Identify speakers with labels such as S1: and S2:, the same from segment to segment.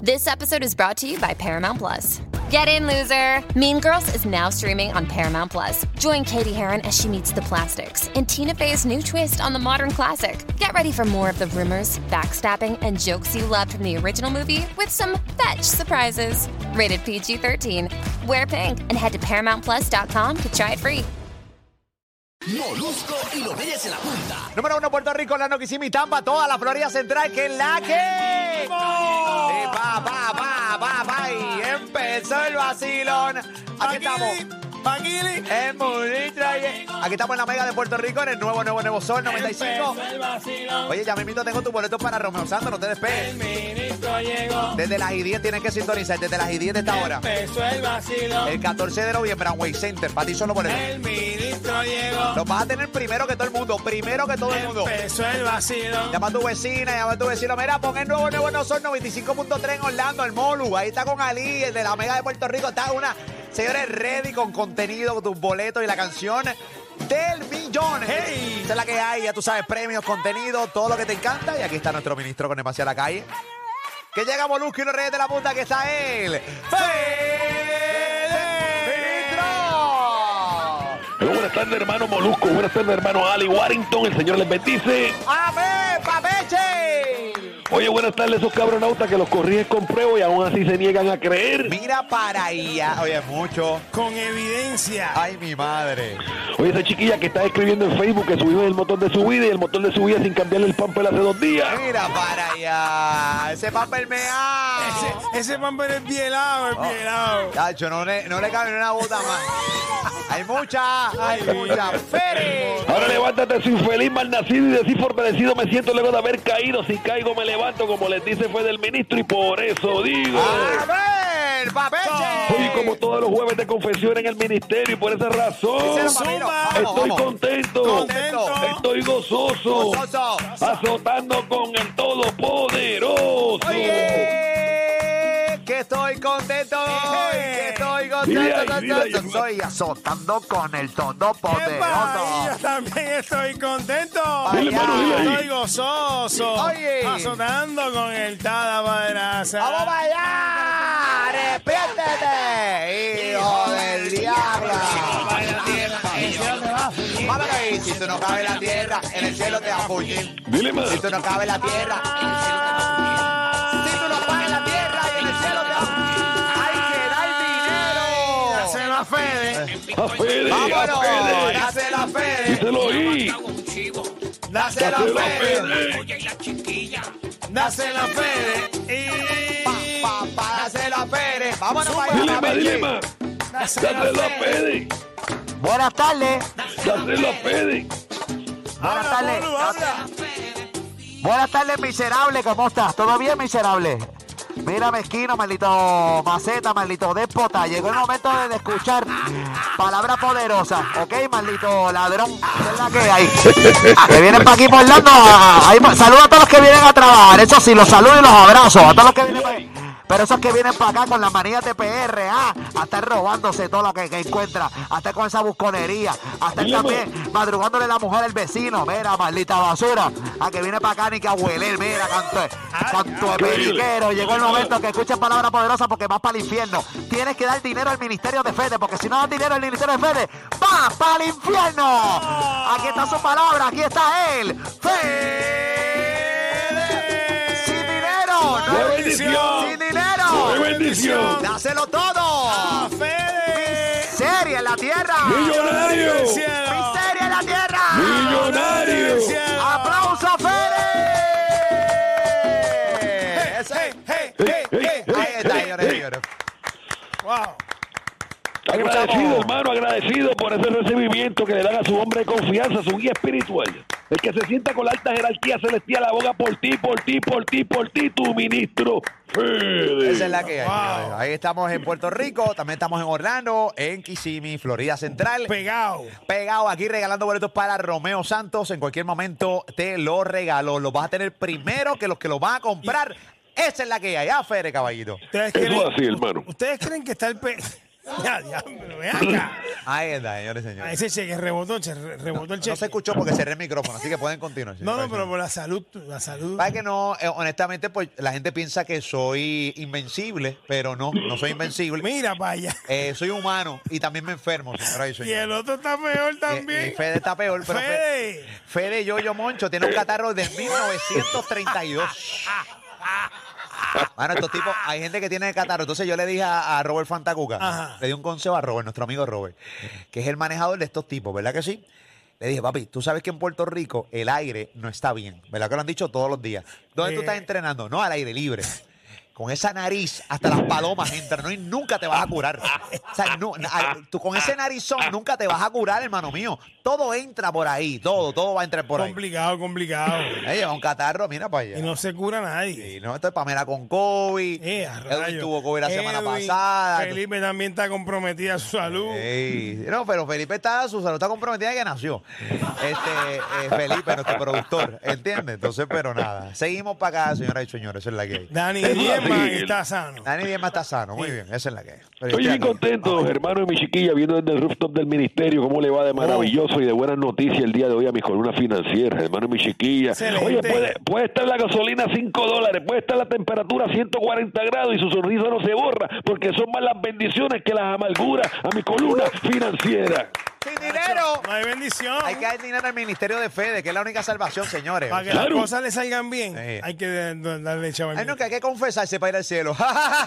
S1: This episode is brought to you by Paramount Plus. Get in, loser! Mean Girls is now streaming on Paramount Plus. Join Katie Heron as she meets the plastics and Tina Fey's new twist on the modern classic. Get ready for more of the rumors, backstabbing, and jokes you loved from the original movie with some fetch surprises. Rated PG 13. Wear pink and head to ParamountPlus.com to try it free.
S2: Molusco y lo ves en la punta.
S3: Número uno, Puerto Rico, la Noquisimi, Tampa, toda la Florida Central, que es la que... Eh, va, va, va, va, va, y empezó el vacilón. Aquí estamos.
S4: Paquili.
S3: En Mulitra, oye. Aquí estamos en la Mega de Puerto Rico, en el nuevo, nuevo, nuevo Sol 95.
S4: Empezó el vacilón.
S3: Oye, ya me invito, tengo tus boletos para Romeo Santos, no te
S4: El
S3: despegues.
S4: ministro llegó.
S3: Desde las y 10 tienes que sintonizar, desde las y 10 de esta hora.
S4: Empezó el vacilón.
S3: El 14 de noviembre, Way Center, para ti solo boletos.
S4: El ministro llegó.
S3: Los vas a tener primero que todo el mundo, primero que todo el mundo.
S4: Empezó el vacilón.
S3: Llama a tu vecina, llama a tu vecino. Mira, pon el nuevo, nuevo, no son 95.3 en Orlando, el Molu. Ahí está con Ali, el de la Mega de Puerto Rico. Está una, señores, ready con contenido, con tus boletos y la canción del millón.
S4: Hey.
S3: Esa es la que hay, ya tú sabes, premios, contenido, todo lo que te encanta. Y aquí está nuestro ministro con demasiada la calle. Que llega Molusco y los Reyes de la Punta, que está él. ¡Feliz!
S5: Hello, buenas tardes, hermano Molusco. Buenas tardes, hermano Ali Warrington. El señor les bendice.
S3: ¡Ave, papeche!
S5: Oye, buenas tardes, esos cabronautas que los corriges con prueba y aún así se niegan a creer.
S3: Mira para allá. Oye, mucho.
S4: Con evidencia.
S3: Ay, mi madre.
S5: Oye, esa chiquilla que está escribiendo en Facebook que su hijo es el motor de su vida y el motor de su vida sin cambiarle el pamper hace dos días.
S3: Mira para allá. Ese papel me hace.
S4: Ese, ese pamper es bielado,
S3: Oh.
S4: es bielado.
S3: Tacho, no le, no le cabe ni una bota más. Hay mucha, hay mucha. Fere.
S5: Ahora levántate, soy feliz, mal nacido y así fortalecido me siento luego de haber caído. Si caigo, me levanto, como les dice fue del ministro y por eso digo.
S3: A ver,
S5: Oye, como
S3: papeche.
S5: todos los jueves de confesión en el ministerio y por esa razón.
S3: Díselo, papito. Vamos,
S5: Estoy
S3: vamos.
S5: contento.
S3: Contento.
S5: Estoy gozoso.
S3: Gozoso.
S5: Azotando con el Todopoderoso.
S3: Oye, que estoy contento hoy, que estoy contento.
S5: Dile ahí,
S3: tan, tan,
S5: dile ahí,
S3: tan.
S5: hermano.
S3: Soy azotando con el
S4: ¡Epa! Y Yo
S3: todopoderoso.
S4: también estoy contento.
S3: Dile,
S5: mano, dile ahí.
S4: Estoy gozoso.
S3: Oye.
S4: Azotando con el Tada Madraza.
S3: ¡Vamos para allá! ¡Arrepiéntete, hijo del diablo! Vámonos ahí, si tú no cabe la tierra, en el cielo te va a fugir.
S5: Dile más.
S3: Si tú no cabe la tierra, en el cielo te va a fugir. Si tú no cabe la tierra, en el cielo te va a fugir. ¡Hay que dar dinero!
S4: Se la Fede.
S5: A Fede, a
S3: ¡Vámonos!
S5: Fede.
S3: ¡Dáselo a Fede!
S5: Díselo ahí.
S3: ¡Dáselo a
S5: Díselo a
S3: Fede!
S5: Fede.
S3: ¡Dáselo a Fede!
S4: Y...
S3: ¡Pa, pa, dáselo a Fede! ¡Vámonos para allá!
S5: Dile más,
S3: papi.
S5: dile más. Dáselo a Fede.
S3: Buenas tardes.
S5: Dáselo a Fede.
S4: Ah,
S3: Buenas tardes.
S4: Pablo, habla.
S3: Buenas tardes, miserable. ¿Cómo estás? ¿Todo bien, miserable? Mira, mezquino, maldito maceta, maldito déspota. Llegó el momento de escuchar palabras poderosas. ¿Ok, maldito ladrón? ¿Qué es la que hay? Ah, Que vienen para aquí por Orlando. ah, Ahí, saludos a todos los que vienen a trabajar. Eso sí, los saludo y los abrazo. A todos los que vienen para aquí. Pero esos que vienen para acá con las manías de PR, ah, a estar robándose todo lo que, que encuentra, hasta con esa busconería, hasta
S5: Dile,
S3: también madrugándole la mujer al vecino, mira, maldita basura, a que viene para acá ni que a hueler, mira, canto, canto de periquero, llegó el momento que escuchen palabras poderosas porque vas para el infierno, tienes que dar dinero al Ministerio de Fede, porque si no das dinero al Ministerio de Fede, vas para el infierno, aquí está su palabra, aquí está él, Fede, sin dinero, no
S5: ¡Qué
S3: hay-
S5: bendición!
S3: sin dinero,
S5: ¡Qué bendición!
S3: dáselo
S4: Ah.
S3: todo,
S4: Fede.
S3: miseria en la tierra,
S5: ¡Millonario!
S4: Del cielo.
S3: miseria en la tierra,
S5: ¡Millonario!
S4: Del cielo.
S3: ¡Aplauso a Fede!
S4: Hey, hey, hey, hey, hey.
S3: Ahí está, señores y señores.
S4: Wow.
S5: Agradecido, hermano, agradecido por ese recibimiento que le dan a su hombre de confianza, su guía espiritual. El que se sienta con la alta jerarquía celestial aboga por ti, por ti, por ti, por ti, tu ministro. Fede.
S3: Esa es la que hay.
S4: Wow.
S3: Ahí estamos en Puerto Rico, también estamos en Orlando, en Kissimmee, Florida Central.
S4: Pegado.
S3: Pegado aquí regalando boletos para Romeo Santos. En cualquier momento te lo regalo. Los vas a tener primero que los que los van a comprar. Esa es la que hay. Ah, Fere, caballito.
S4: ¿Ustedes
S5: Eso así, hermano.
S4: ¿Ustedes creen que está el pe... Ya, diablo, ven acá.
S3: Ahí está, señores y
S4: Ah,
S3: señores.
S4: Ese cheque rebotó, che- rebotó el cheque.
S3: No se escuchó porque cerré el micrófono, así que pueden continuar.
S4: No,
S3: señores.
S4: no, pero por la salud, la salud.
S3: Para que no, eh, honestamente, pues la gente piensa que soy invencible, pero no, no soy invencible.
S4: Mira, vaya.
S3: Eh, soy humano y también me enfermo, señoras y
S4: Y
S3: señores.
S4: el otro está peor
S3: Eh, eh,
S4: también.
S3: Fede está peor, pero Fede,
S4: Fede.
S3: Fede Yoyo Moncho tiene un catarro de 1932. Bueno, estos tipos, hay gente que tiene catarro. Entonces yo le dije a, a Robert Fantacuca,
S4: Ajá.
S3: le di un consejo a Robert, nuestro amigo Robert, que es el manejador de estos tipos, ¿verdad que sí? Le dije, papi, tú sabes que en Puerto Rico el aire no está bien, ¿verdad que lo han dicho todos los días? ¿Dónde tú
S4: Eh.
S3: estás entrenando? No, al aire libre. Con esa nariz, hasta las palomas entran, ¿no? y nunca te vas a curar. O sea, no- na- tú con ese narizón nunca te vas a curar, hermano mío. Todo entra por ahí, todo, todo va a entrar por ahí.
S4: complicado, complicado.
S3: Ahí lleva un catarro, mira para allá.
S4: Y no se cura
S3: Sí,
S4: nadie.
S3: no, esto es Pamela con COVID.
S4: Eh, a
S3: Edwin
S4: rayos.
S3: tuvo COVID la semana
S4: Edwin,
S3: pasada. Eh.
S4: Felipe también está comprometida su salud.
S3: Ey, no, pero Felipe está, su salud está comprometida desde que nació. Este, eh, Felipe, nuestro productor, ¿entiendes? Entonces, pero nada. Seguimos para acá, señoras y señores, esa es la que hay.
S4: Dani
S5: Es
S4: Diema
S5: así, el-
S4: está sano.
S3: Dani Diema está sano, muy bien, esa es la que hay. Pero
S5: Estoy
S3: ya
S5: bien
S3: está.
S5: contento, hermano y mi chiquilla, viendo desde el rooftop del ministerio cómo le va de maravilloso y de buenas noticias el día de hoy a mi columna financiera, hermano y mi chiquilla.
S4: Excelente.
S5: Oye, puede, puede estar la gasolina a 5 dólares, puede estar la temperatura a 140 grados y su sonrisa no se borra, porque son más las bendiciones que las amarguras a mi columna financiera.
S3: ¡Sin dinero!
S4: No hay bendición.
S3: Hay que dar dinero al Ministerio de Fede, que es la única salvación, señores.
S4: Para que
S5: Claro.
S4: las cosas le salgan bien,
S3: Sí.
S4: hay que de- de- darle chaval.
S3: Ay, no, que hay que confesarse para ir al cielo.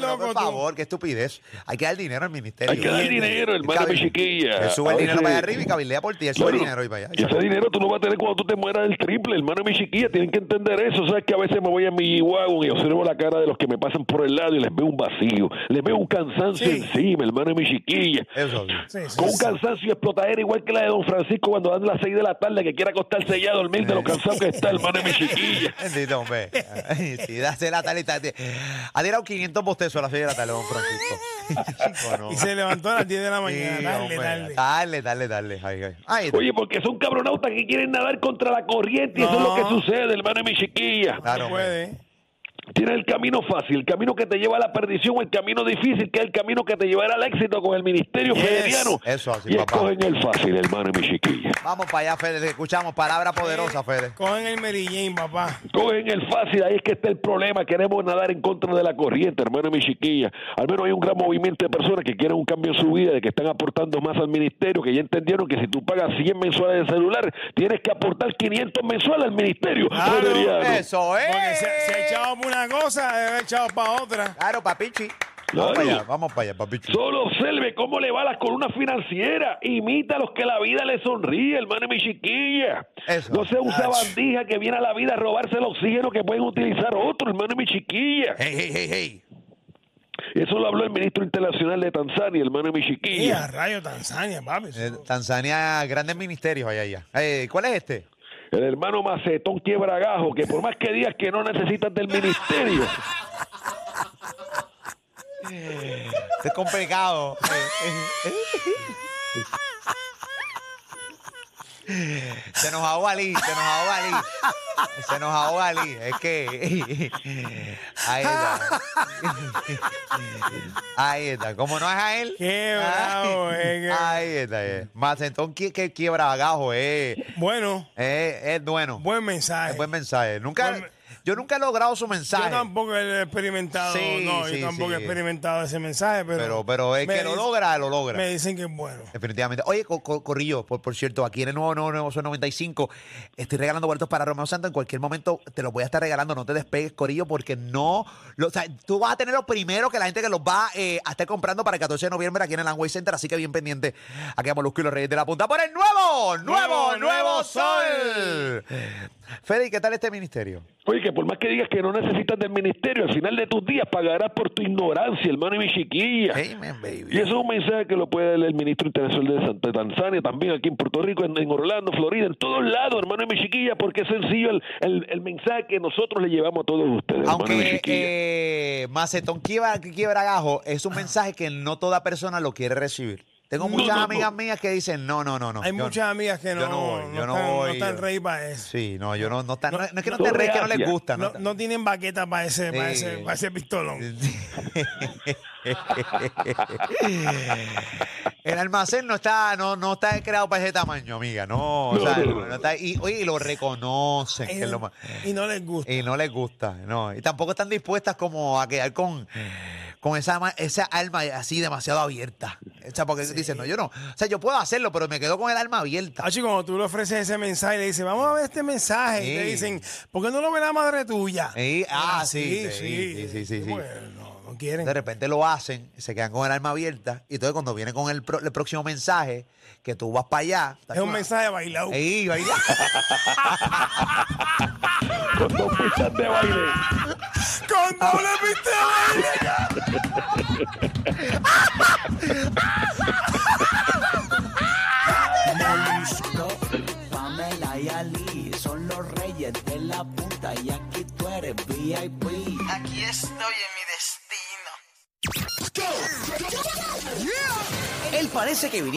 S3: no,
S4: loco
S3: por
S4: tú.
S3: favor, qué estupidez. Hay que dar dinero al ministerio.
S5: Hay que dar dinero, hermano,
S3: Cabil-
S5: mi chiquilla.
S3: Él sube
S5: A
S3: el dinero
S5: veces-
S3: para allá arriba y cabildea por ti. Él sube el
S5: Claro.
S3: dinero y para allá.
S5: Y ese dinero tú lo vas a tener cuando tú te mueras del triple, hermano y mi chiquilla. Tienen que entender eso. Sabes que a veces me voy a mi wagon y observo la cara de los que me pasan por el lado y les veo un vacío. Les veo un cansancio
S4: Sí.
S5: encima, hermano y mi chiquilla.
S3: Eso.
S4: Sí, sí,
S5: Con un
S4: sí.
S5: cansancio explotadero igual que la de don Francisco cuando dan las 6 de la tarde que quiere acostarse ya a dormir de lo cansado que está, hermano y mi chiquilla.
S3: Bendito, hombre. Ay, Sí, dase la tal y tal. Ha tirado 500 bostezos a las 6 de la tarde, don Francisco. Chico, no.
S4: Y se levantó a las 10 de la mañana.
S3: Sí,
S4: dale,
S3: hombre,
S4: dale.
S3: Dale, dale, dale. Ay, ay. Ay,
S5: Oye, porque son cabronautas que quieren nadar contra la corriente y eso es lo que
S4: No.
S5: sucede, hermano y mi chiquilla.
S3: claro,
S4: No
S3: hombre.
S4: puede.
S5: Tienes el camino fácil, el camino que te lleva a la perdición, el camino difícil, que es el camino que te llevará al éxito con el ministerio
S4: Yes.
S5: federiano.
S3: Eso así,
S5: y
S3: papá.
S5: escogen el fácil, hermano y mi chiquilla.
S3: Vamos para allá, Fede. Te escuchamos. Palabra poderosa, Fede.
S4: eh. Cogen el merillín, papá.
S5: Cogen el fácil, ahí es que está el problema. Queremos nadar en contra de la corriente, hermano y mi chiquilla. Al menos hay un gran movimiento de personas que quieren un cambio en su vida, de que están aportando más al ministerio, que ya entendieron que si tú pagas 100 mensuales de celular, tienes que aportar 500 mensuales al ministerio
S4: Claro,
S5: federiano.
S3: Eso es.
S4: Porque se, se ha echado para una cosa, debe haber echado para otra.
S3: Claro, papichi.
S5: Claro.
S3: Vamos para allá, vamos para allá, papichi.
S5: Solo observe cómo le va a las columnas financieras. Imita a los que la vida le sonríe, hermano y mi chiquilla.
S3: Eso.
S5: No se usa
S3: Ach.
S5: bandija que viene a la vida a robarse el oxígeno que pueden utilizar otros, hermano y mi chiquilla.
S3: Hey, hey, hey, hey.
S5: Eso lo habló el ministro internacional de Tanzania, hermano y mi
S4: Y a
S5: chiquilla.
S4: rayo Tanzania, papi.
S3: Eh, Tanzania, grandes ministerios allá, allá. Eh, ¿Cuál es este?
S5: El hermano Macetón quiebragajo, que por más que digas que no necesitas del ministerio,
S3: Este es complicado. se nos ahoga Ali, se nos ahoga Ali. Se nos ahoga Ali. Es que. Ahí está. Ahí está. Como no es a él.
S4: Qué bravo, eh, qué-
S3: Ahí está. Eh. Macetón que, que quiebra agajo, eh.
S4: Bueno,
S3: Eh, es bueno.
S4: buen mensaje.
S3: Es buen mensaje. Nunca,
S4: Buen-
S3: yo nunca he logrado su
S4: yo
S3: mensaje.
S4: tampoco he experimentado,
S3: Sí,
S4: no,
S3: sí,
S4: yo tampoco he
S3: sí.
S4: experimentado ese mensaje, pero.
S3: Pero, pero es
S4: me
S3: que lo
S4: dic-
S3: logra, lo logra.
S4: Me dicen que es bueno.
S3: Definitivamente. Oye, Co- Co- Corrillo, por, por cierto, aquí en el nuevo, nuevo, nuevo Sol 95, estoy regalando boletos para Romeo Santos. En cualquier momento te los voy a estar regalando. No te despegues, Corrillo, porque no. lo- o sea, tú vas a tener los primeros que la gente que los va eh, a estar comprando para el 14 de noviembre aquí en el Langway Center. Así que bien pendiente. Aquí a Molusco y los Reyes de la Punta por el nuevo, nuevo, nuevo,
S4: Nuevo, nuevo
S3: Sol. Fede, ¿y qué tal este ministerio?
S5: Oye, que por más que digas que no necesitas del ministerio, al final de tus días pagarás por tu ignorancia, hermano y mi chiquilla.
S3: Amen,
S5: Y
S3: baby.
S5: eso es un mensaje que lo puede leer el ministro internacional de, San- de Tanzania, también aquí en Puerto Rico, en, en Orlando, Florida, en todos lados, hermano y mi chiquilla, porque es sencillo el, el- el mensaje que nosotros le llevamos a todos ustedes, hermano y mi
S3: Aunque
S5: chiquilla.
S3: eh, Macetón quiebra, quiebra gajo, es un mensaje que no toda persona lo quiere recibir. Tengo
S5: No,
S3: muchas
S5: no, no.
S3: amigas mías que dicen, no, no, no, no.
S4: Hay
S3: yo no".
S4: muchas amigas que no,
S3: yo no voy, yo no
S4: están,
S3: voy,
S4: están
S3: yo-
S4: ready para eso.
S3: Sí, no, yo no, no, tan-
S4: No,
S3: no es que no,
S5: no
S3: te rees, que no les
S5: reacia.
S3: gusta.
S4: No, no tienen baqueta para ese, para
S3: Sí.
S4: ese, para ese pistolón.
S3: El almacén no está, no, no está creado para ese tamaño, amiga. No, o
S5: No,
S3: sea,
S5: no,
S3: no,
S5: no.
S3: no está- y, oye, y lo reconocen. que es lo más-
S4: y no les gusta.
S3: y no les gusta, no. Y tampoco están dispuestas como a quedar con, con esa, ma- esa alma así demasiado abierta. O sea, porque dicen, no, yo no. O sea, yo puedo hacerlo, pero me quedo con el alma abierta.
S4: Hachi, cuando tú le ofreces ese mensaje, le dices, vamos a ver este mensaje, y te
S3: Sí.
S4: dicen, ¿por qué no lo ve la madre tuya?
S3: Sí, ah, sí, sí, sí, sí, sí, sí.
S4: Bueno, no quieren.
S3: De repente lo hacen, se quedan con el alma abierta. Y entonces cuando viene con el, pro- el próximo mensaje, que tú vas para allá.
S4: Es un mensaje bailado.
S3: Ey, baila.
S5: Con dos pistas de baile.
S4: ¡Con doble pistola!
S6: Molusco, Pamela y Ali son los reyes de la punta y aquí tú eres VIP.
S7: Aquí estoy en mi destino.
S2: Él parece que